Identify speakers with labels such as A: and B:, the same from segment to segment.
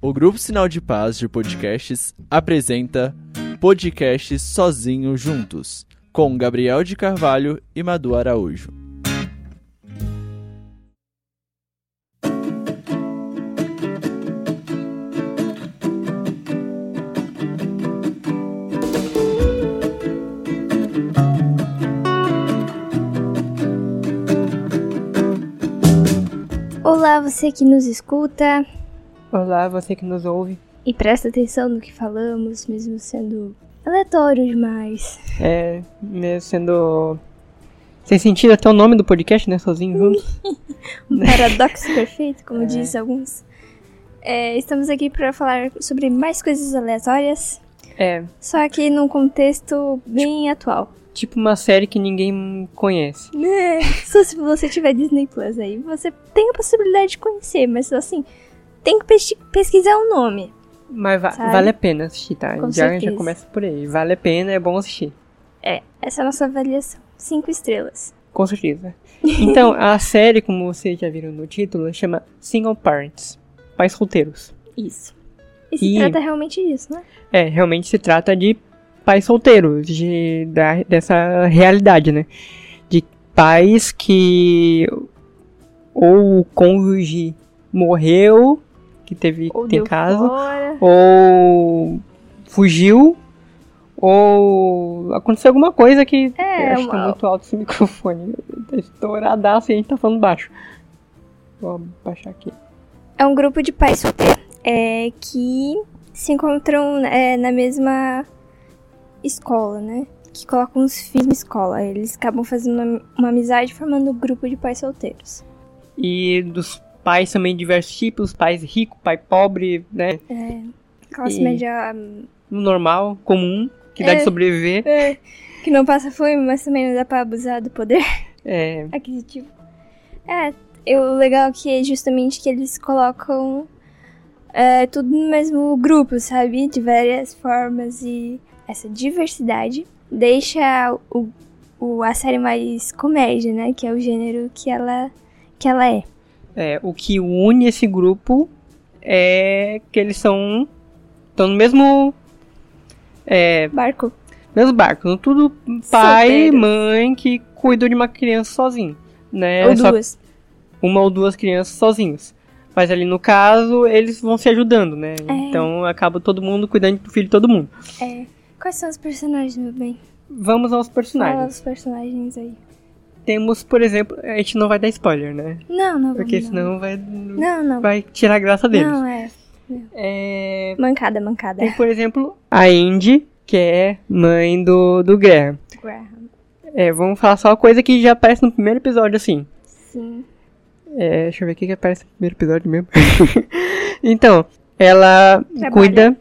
A: O Grupo Sinal de Paz de Podcasts apresenta Podcasts Sozinho Juntos, com Gabriel de Carvalho e Madu Araújo.
B: Olá, você que nos escuta
C: Olá, você que nos ouve.
B: e presta atenção no que falamos, mesmo sendo aleatório demais.
C: É, mesmo sendo. Sem sentido até o nome do podcast, né? Sozinho juntos.
B: Um paradoxo perfeito, como dizem alguns. É, estamos aqui para falar sobre mais coisas aleatórias,
C: É,
B: só que num contexto bem atual.
C: tipo uma série que ninguém conhece.
B: É, só se você tiver Disney Plus aí, você tem a possibilidade de conhecer, mas assim, tem que pes- pesquisar o nome.
C: Mas va-
B: Sabe?
C: vale a pena assistir, tá?
B: Com
C: já, já
B: certeza.
C: começa por aí. Vale a pena, é bom assistir.
B: Essa é a nossa avaliação. Cinco estrelas.
C: Com certeza. Então, a série, como vocês já viram no título, chama Single Parents Pais solteiros.
B: Isso. E se
C: E-
B: trata realmente disso, né?
C: É, realmente se trata de pais solteiros, de, da- dessa realidade, né? De pais que ou o cônjuge morreu, que teve
B: Ou
C: tem
B: deu
C: caso,
B: fora.
C: ou fugiu, ou aconteceu alguma coisa que
B: É,
C: Eu acho que tá
B: uma-
C: muito alto esse microfone, tá estouradaço e a gente tá falando baixo. Vou baixar aqui.
B: É um grupo de pais solteiros é, que se encontram é, na mesma escola, né? Que colocam os filhos na escola. Eles acabam fazendo uma, uma amizade formando um grupo de pais solteiros.
C: E dos pais também diversos tipos, pais rico, pai pobre, né?
B: Classe
C: E-
B: média
C: no normal, comum, que dá
B: É.
C: de sobreviver.
B: é, que não passa fome, mas também não dá pra abusar do poder
C: É,
B: aquisitivo. É, e o legal que é justamente que eles colocam é, tudo no mesmo grupo, sabe? De várias formas e essa diversidade deixa o, o- a série mais comédia, né? Que é o gênero que ela, que ela é.
C: é, o que une esse grupo é que eles são estão no mesmo é,
B: Barco.
C: mesmo barco, são tudo pai
B: Solteiros.
C: mãe que cuidam de uma criança sozinho, né?
B: ou
C: Só
B: duas.
C: uma ou duas crianças sozinhos. Mas ali no caso, eles vão se ajudando, né? Então acaba todo mundo cuidando do filho de todo mundo.
B: É. Quais são os personagens, meu bem?
C: Vamos aos
B: Fala
C: personagens.
B: os personagens aí.
C: Temos, por exemplo, a gente não vai dar spoiler, né?
B: Não, não vamos,
C: Porque
B: não.
C: senão vai,
B: Não, não.
C: vai tirar a graça deles.
B: Não, é.
C: É,
B: Mancada, mancada.
C: Tem, por exemplo, a Indy, que é mãe do, do Graham.
B: Graham.
C: É, vamos falar só uma coisa que já aparece no primeiro episódio, assim.
B: Sim.
C: É, deixa eu ver o que que aparece no primeiro episódio mesmo. então, ela
B: Trabalha.
C: cuida,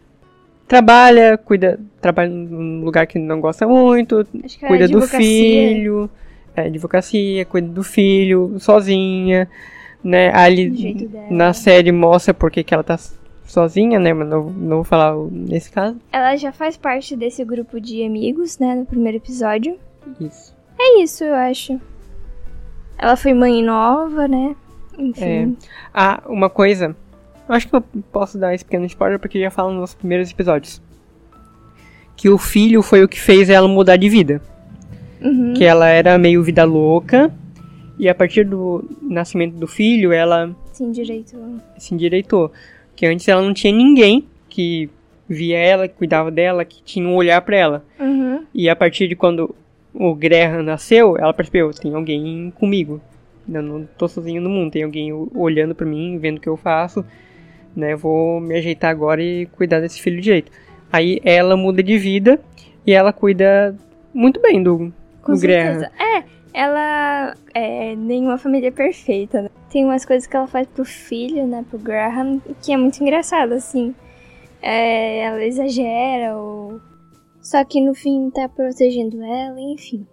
C: trabalha, cuida, trabalha num lugar que não gosta muito,
B: Acho que
C: cuida
B: era
C: do
B: É, advocacia. né,
C: filho, é, advocacia, cuida do filho, sozinha, né? Ali
B: Do jeito dela.
C: na série mostra porque que ela tá sozinha, né? Mas não, não vou falar o- nesse caso.
B: Ela já faz parte desse grupo de amigos, né? No primeiro episódio.
C: Isso.
B: É isso, eu acho. Ela foi mãe nova, né? Enfim.
C: Ah, uma coisa. Eu acho que eu posso dar esse pequeno spoiler porque já falo nos primeiros episódios. Que o filho foi o que fez ela mudar de vida. É.
B: Uhum.
C: Que ela era meio vida louca. E a partir do nascimento do filho, ela
B: Sim, direito.
C: se endireitou. Que antes ela não tinha ninguém que via ela, que cuidava dela, que tinha um olhar pra ela.
B: Uhum.
C: E a partir de quando o Graham nasceu, ela percebeu, tem alguém comigo. Eu não tô sozinho no mundo, tem alguém o- olhando pra mim, vendo o que eu faço, né? Vou me ajeitar agora e cuidar desse filho direito. Aí ela muda de vida e ela cuida muito bem do
B: Com
C: do Graham.
B: certeza. É, ela é nenhuma família perfeita, né? Tem umas coisas que ela faz pro filho, né? Pro Graham, que é muito engraçado, assim. É, ela exagera ou. Só que no fim tá protegendo ela, enfim.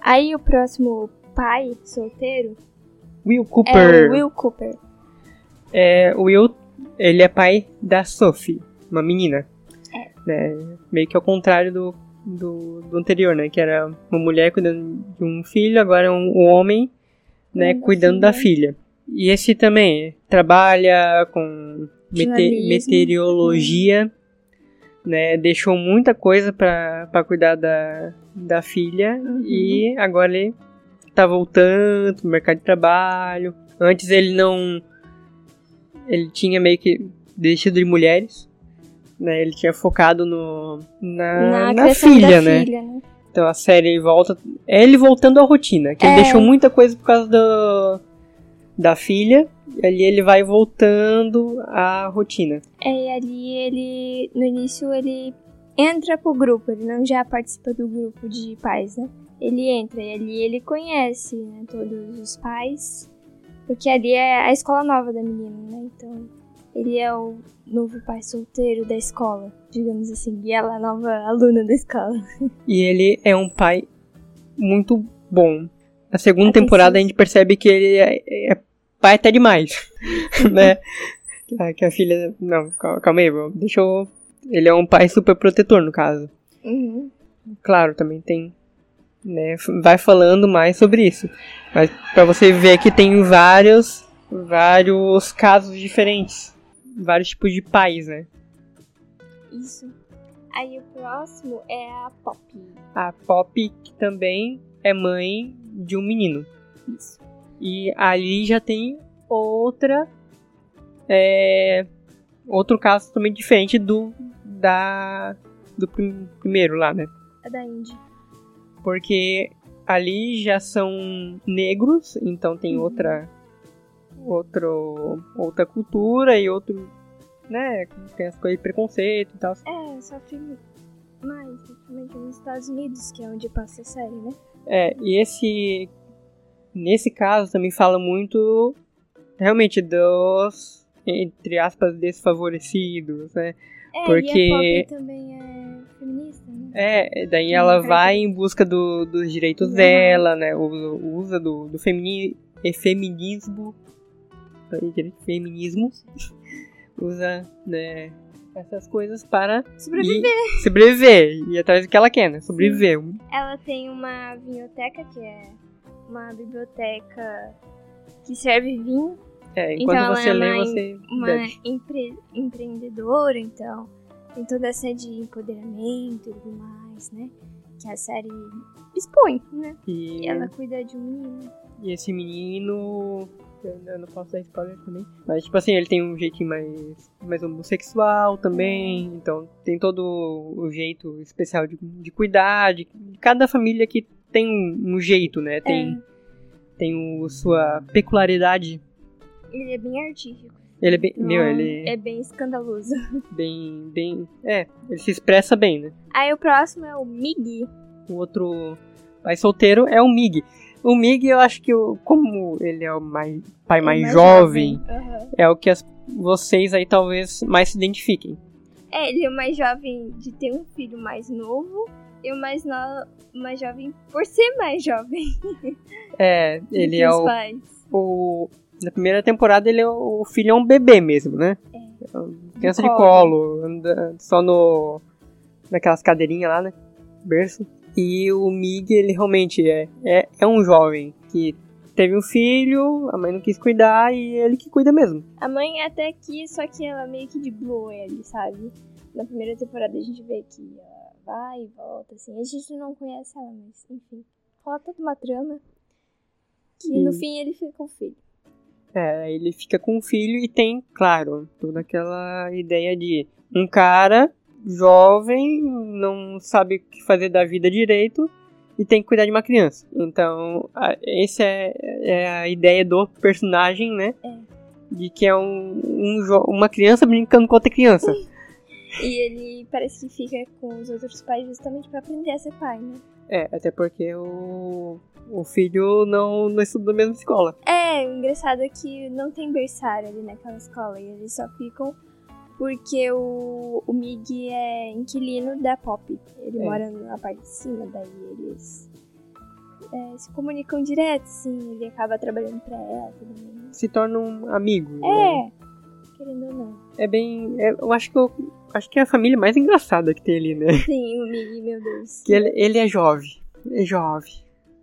B: Aí o próximo pai solteiro
C: Will
B: É
C: Cooper.
B: o Will Cooper.
C: É, o Will, ele é pai da Sophie, uma menina.
B: É.
C: Né, meio que ao contrário do, do, do anterior, né? Que era uma mulher cuidando de um filho, agora é um homem, né?
B: Cuidando da
C: cuidando da filha. E esse também trabalha com Mete-
B: Jornalismo.
C: meteorologia, né? Deixou muita coisa pra pra cuidar da, da filha
B: Uhum.
C: e agora ele tá voltando pro mercado de trabalho. Antes ele não. Ele tinha meio que desistido de mulheres, né? Ele tinha focado no, Ah, na, na,
B: criação
C: filha,
B: da
C: né?
B: filha, né?
C: Então a série volta. É ele voltando à rotina, que ele
B: É.
C: deixou muita coisa por causa do, da filha. E ali ele vai voltando à rotina.
B: É, e ali ele, no início, ele entra pro grupo, ele não já participa do grupo de pais, né? Ele entra e ali ele conhece né, todos os pais, porque ali é a escola nova da menina, né? Então ele é o novo pai solteiro da escola, digamos assim, e ela é a nova aluna da escola.
C: E ele é um pai muito bom. Na segunda
B: Atenção.
C: temporada a gente percebe que ele é, é pai até demais. né? Ah, Que a filha. Não, cal- calma aí, bro. deixa eu. Ele é um pai super protetor, no caso.
B: Uhum.
C: Claro, também tem. Né, f- vai falando mais sobre isso. Mas pra você ver que tem vários, vários casos diferentes. Vários tipos de pais, né?
B: Isso. Aí o próximo é a Pop.
C: A Pop, que também é mãe de um menino.
B: Isso.
C: E ali já tem outra. é, outro caso também diferente do. Da, do prim- primeiro lá, né?
B: A da Indy.
C: porque ali já são negros, então tem
B: Uhum.
C: outra outro outra cultura e outro, né, tem as coisas de preconceito e tal.
B: É, sofre mais, principalmente nos Estados Unidos, que é onde passa a série, né?
C: É, e esse nesse caso também fala muito realmente dos entre aspas desfavorecidos, né?
B: É,
C: Porque-
B: e a Poppy também é feminista, né?
C: É, daí
B: Sim,
C: ela
B: faz
C: vai em busca do- dos direitos
B: Uhum.
C: dela, né? Usa, usa do, do femini, e feminismo. falei direito, Feminismo. Usa, né? Essas coisas para
B: Sobreviver.
C: ir- sobreviver. E atrás do que ela quer, né? Sobreviver.
B: Ela tem uma vinhoteca, que é uma biblioteca que serve vinho.
C: É,
B: Então
C: enquanto
B: ela
C: você
B: é
C: lê,
B: uma-
C: você.
B: Uma
C: bebe.
B: empre- empreendedora, então. Tem toda essa de empoderamento e tudo mais, né? Que a série expõe, né?
C: E,
B: E ela cuida de um menino.
C: e esse menino. Eu eu não posso dar spoiler também. Mas, tipo assim, ele tem um jeitinho mais, mais homossexual também. Então, tem todo o jeito especial de, de cuidar. De, de cada família que tem um, um jeito, né? Tem, tem o, sua peculiaridade.
B: Ele é bem artífico.
C: Ele é bem. Meu,
B: Não,
C: ele é
B: É bem escandaloso.
C: bem, bem. É, ele se expressa bem, né?
B: Aí o próximo é o Mig.
C: O outro pai solteiro é o Mig. O Mig, eu acho que, o- como ele é o mais, pai mais, jovem.
B: Aham.
C: é o que as- vocês aí talvez mais se identifiquem.
B: É, ele é o mais jovem de ter um filho mais novo e o mais, no... mais jovem por ser mais jovem.
C: É, ele
B: que
C: é
B: os
C: o,
B: pais.
C: o- Na primeira temporada, ele é o, o filho é um bebê mesmo, né? É. um- Criança de
B: colo.
C: colo, anda só no. naquelas cadeirinhas lá, né? Berço. E o Mig, ele realmente é, é, é um jovem que teve um filho, a mãe não quis cuidar e é ele que cuida mesmo.
B: A mãe é até aqui, só que ela é meio que de blue ele, sabe? Na primeira temporada a gente vê que ela vai e volta, assim. A gente não conhece ela, mas enfim. Rola toda uma trama que no
C: Sim.
B: fim ele fica com o filho.
C: É, aí ele fica com o filho e tem, claro, toda aquela ideia de um cara jovem, não sabe o que fazer da vida direito e tem que cuidar de uma criança. Então, a- essa é, é a ideia do personagem, né? De que é um, um jo- uma criança brincando com outra criança.
B: E ele parece que fica com os outros pais justamente pra aprender a ser pai, né?
C: É, até porque o, o filho não, não estuda na mesma escola.
B: É, o engraçado é que não tem berçário ali naquela escola e eles só ficam porque o, o Mig é inquilino da Pop. Ele
C: É.
B: mora na parte de cima, daí eles é, se comunicam direto, sim. Ele acaba trabalhando pra ela também.
C: Se torna um amigo. né?
B: É, querendo ou não.
C: É bem. é- eu acho que eu. Acho que é a família mais engraçada que tem ali, né?
B: Sim, o Mig, meu Deus.
C: Que ele, ele é jovem. É jovem.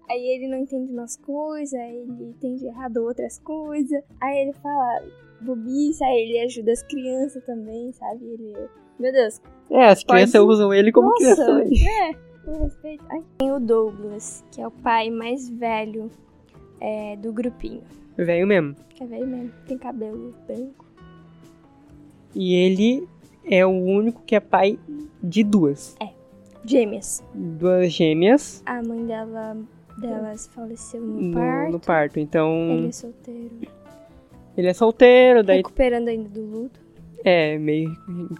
B: Aí ele não entende umas coisas, aí ele entende errado outras coisas. Aí ele fala, bobiça, ele ajuda as crianças também, sabe? Ele. Meu Deus.
C: É, as
B: Pode-
C: crianças usam ele como
B: um- Nossa,
C: criança. né?
B: É, com respeito. Ai, Tem o Douglas, que é o pai mais velho é, do grupinho.
C: Velho mesmo.
B: É velho mesmo, tem cabelo branco.
C: E ele é o único que é pai de duas.
B: É. Gêmeas.
C: Duas gêmeas
B: A mãe dela delas faleceu no,
C: no,
B: parto.
C: no parto.
B: Ele
C: Então,
B: é solteiro.
C: ele é solteiro, daí
B: Recuperando ainda do luto.
C: É, meio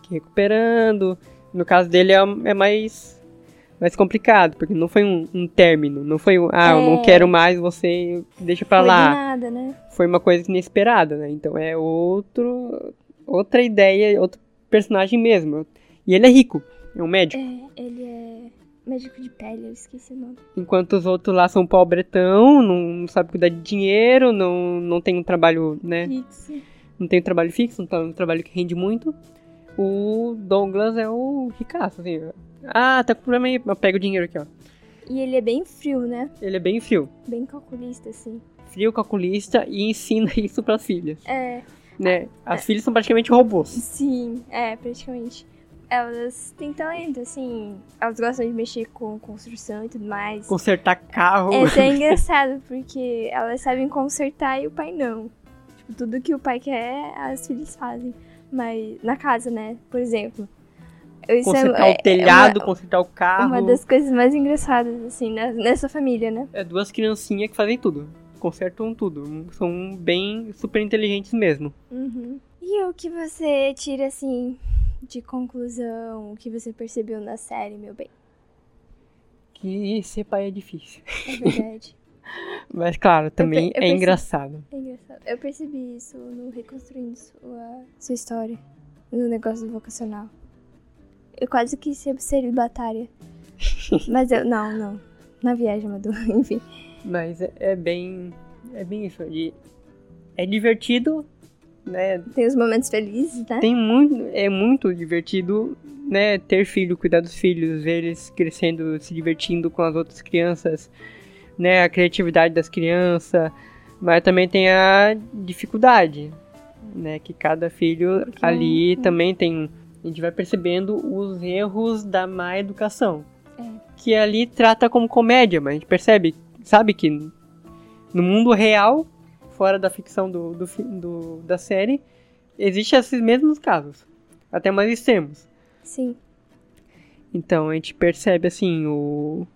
C: que recuperando. No caso dele é, é mais, mais complicado, porque não foi um, um término, não foi um, ah, eu não
B: É.
C: quero mais você, deixa pra
B: Foi
C: lá.
B: do nada, né?
C: Foi uma coisa inesperada, né? Então é outro, outra ideia, outro personagem mesmo. E ele é rico, é um médico.
B: É, ele é médico de pele, eu esqueci o nome.
C: Enquanto os outros lá são pobretão, não, não sabe cuidar de dinheiro, não, não tem um trabalho, né?
B: Pixie.
C: não tem um trabalho fixo, não tem um trabalho que rende muito. O Douglas é o ricaço, assim. Ah, tá com problema aí, mas pega o dinheiro aqui, ó.
B: E ele é bem frio, né?
C: Ele é bem frio.
B: Bem calculista, assim.
C: Frio, calculista e ensina isso pras filhas,
B: É,
C: né? As filhas são praticamente robôs.
B: Sim, é, praticamente. Elas têm talento, assim. Elas gostam de mexer com construção e tudo mais.
C: Consertar carro.
B: É até engraçado, porque elas sabem consertar e o pai não. Tipo, tudo que o pai quer, as filhas fazem. Mas na casa, né? Por exemplo. Isso é-
C: Consertar
B: é,
C: o telhado, consertar o
B: uma,
C: carro.
B: uma das coisas mais engraçadas, assim, na- nessa família, né?
C: É duas criancinhas que fazem tudo. Consertam tudo. São bem super inteligentes mesmo.
B: Uhum. E o que você tira, assim, de conclusão? O que você percebeu na série, meu bem?
C: Que ser pai é difícil.
B: É verdade.
C: Mas claro, também
B: eu
C: é
B: perce-
C: engraçado.
B: É engraçado. Eu percebi isso no Reconstruindo Sua, sua História, no negócio do vocacional. Eu quase quis ser celibatária. Mas eu. Não, não. Na viagem, Madu. Enfim.
C: Mas é, é bem. É bem isso. E é divertido, né?
B: Tem os momentos felizes, né?
C: Tem muito. É muito divertido, né? Ter filho, cuidar dos filhos, ver eles crescendo, se divertindo com as outras crianças, né? A criatividade das crianças. Mas também tem a dificuldade, né? Que cada filho
B: Porque
C: ali também tem. A gente vai percebendo os erros da má educação. Que ali trata como comédia, mas a gente percebe, sabe que no mundo real, fora da ficção do, do, fi- do- da série, existem esses mesmos casos, até mais extremos.
B: Sim.
C: Então a gente percebe assim o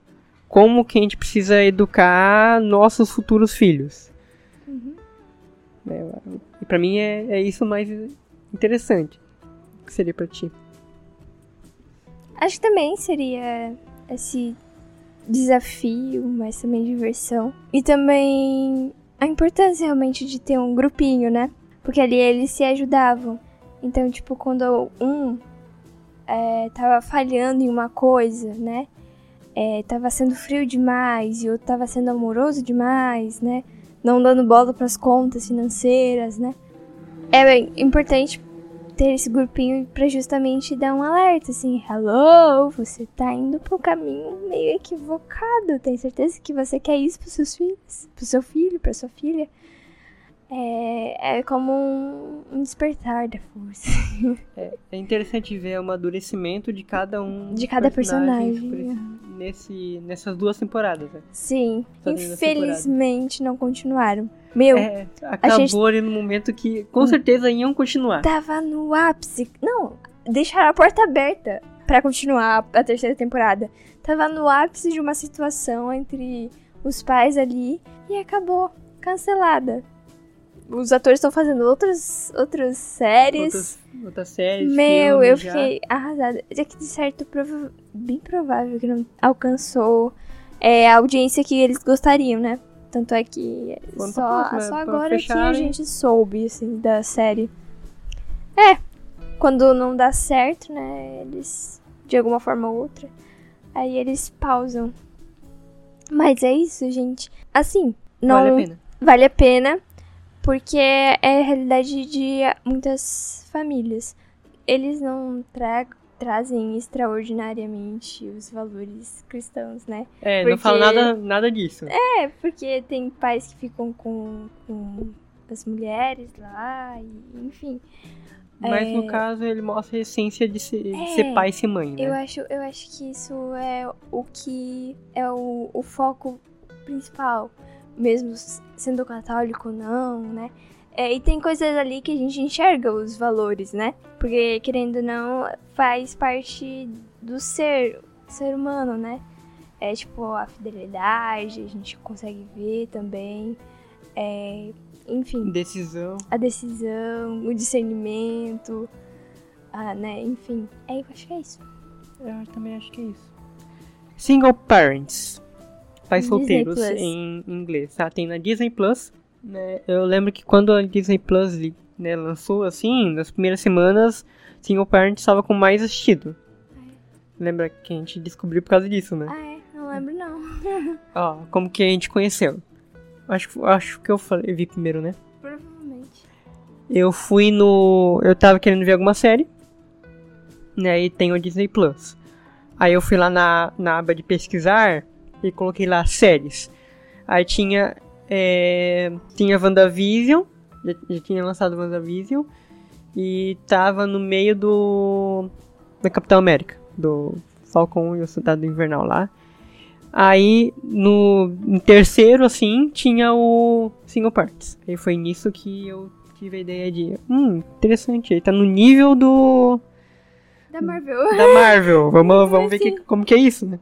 C: como que a gente precisa educar nossos futuros filhos.
B: Uhum.
C: né? E pra mim é, é isso mais interessante. O que seria pra ti?
B: Acho que também seria esse desafio, mas também diversão. E também a importância realmente de ter um grupinho, né? Porque ali eles se ajudavam. Então, tipo, quando um é, tava falhando em uma coisa, né? É, tava sendo frio demais e outro tava sendo amoroso demais, né? Não dando bola pras contas financeiras, né? É bem, importante ter esse grupinho pra justamente dar um alerta, assim, hello, você tá indo pra um caminho meio equivocado, tem certeza que você quer isso pros seus filhos, pro seu filho, pra sua filha? É, é como um, um despertar da força
C: É interessante ver o amadurecimento de cada um
B: de cada
C: personagem
B: personagem.
C: nesse, nessas duas temporadas. Né?
B: Sim,
C: Só tem duas
B: infelizmente não continuaram. Meu,
C: É, acabou
B: gente- Tá,
C: ali no momento que com certeza iam continuar.
B: tava no ápice. Não, deixaram a porta aberta pra continuar a terceira temporada. Tava no ápice de uma situação entre os pais ali e acabou cancelada. Os atores estão fazendo outras, outras séries.
C: Outras, outras séries.
B: Meu,
C: filmes
B: eu
C: já.
B: fiquei arrasada. É que de certo, prova- bem provável que não alcançou é, a audiência que eles gostariam, né? Tanto é que
C: Foram pra
B: só,
C: próxima,
B: só
C: né? pra
B: agora que a
C: fecharem.
B: gente soube, assim, da série. É, quando não dá certo, né? Eles, de alguma forma ou outra, aí eles pausam. Mas é isso, gente. Assim, não
C: Vale a pena.
B: vale a pena, porque é a realidade de muitas famílias. Eles não tra- trazem extraordinariamente os valores cristãos, né?
C: É, não
B: porque-
C: fala nada, nada disso.
B: É, porque tem pais que ficam com, com as mulheres lá, e, enfim.
C: Mas no caso ele mostra a essência de ser, de ser
B: É,
C: pai e ser mãe, né?
B: Eu acho, eu acho que isso é o que é o, o foco principal, mesmo s- sendo católico ou não, né? É, e tem coisas ali que a gente enxerga os valores, né? Porque, querendo ou não, faz parte do ser, ser humano, né? É tipo a fidelidade, a gente consegue ver também. É, enfim,
C: Decisão.
B: a decisão, o discernimento, ah, né? Enfim, é, eu acho que é isso.
C: Eu também acho que é isso. Single Parents. Pais
B: Disney
C: solteiros
B: Plus.
C: em inglês. Tá? Tem na Disney Plus. né? Eu lembro que quando a Disney Plus né, lançou, assim, nas primeiras semanas, Single Parents estava com mais assistido. Lembra que a gente descobriu por causa disso, né?
B: Ah, é? Não lembro, não.
C: Ó, como que a gente conheceu. Acho, acho que eu falei, vi primeiro, né?
B: Provavelmente.
C: Eu fui no. Eu tava querendo ver alguma série. Né, e tem o Disney Plus. Aí eu fui lá na, na aba de pesquisar e coloquei lá séries. Aí tinha. É, tinha WandaVision. Já, já tinha lançado WandaVision. E tava no meio do. Da Capitão América. Do Falcon e o Soldado Invernal lá. Aí, no em terceiro, assim, tinha o Single Parts. Aí foi nisso que eu tive a ideia de, hum, interessante, ele tá no nível do Hum.
B: Da Marvel.
C: da Marvel. Vamos, vamos ver
B: Mas sim.
C: que- como que é isso, né?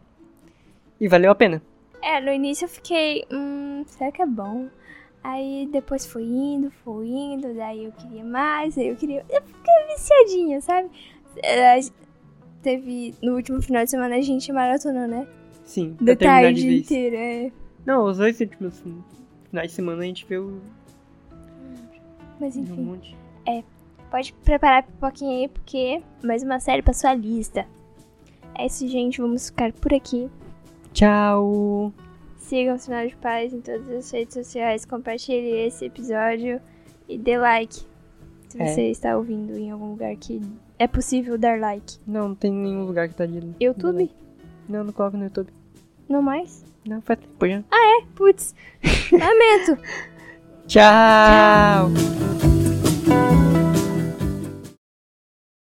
C: E valeu a pena.
B: É, no início eu fiquei, hum, será que é bom? Aí depois foi indo, foi indo, daí eu queria mais, aí eu queria. Eu fiquei viciadinha, sabe? É, a gente- Teve. No último final de semana a gente maratonou, né?
C: Sim, pra
B: Da
C: terminar
B: tarde
C: de vez.
B: inteira. é.
C: Não, os dois últimos assim, finais de semana a gente viu
B: Mas
C: um
B: enfim.
C: monte.
B: Pode preparar a pipoquinha aí, porque mais uma série pra sua lista. É isso, gente. Vamos ficar por aqui.
C: Tchau!
B: Sigam o Sinal de Paz em todas as redes sociais, compartilhe esse episódio e dê like. Se
C: É.
B: você está ouvindo em algum lugar que é possível dar like.
C: Não, não tem nenhum lugar que tá de...
B: YouTube?
C: Não, não coloca no YouTube.
B: Não mais?
C: Não, faz tempo já.
B: Putz, lamento!
C: Tchau.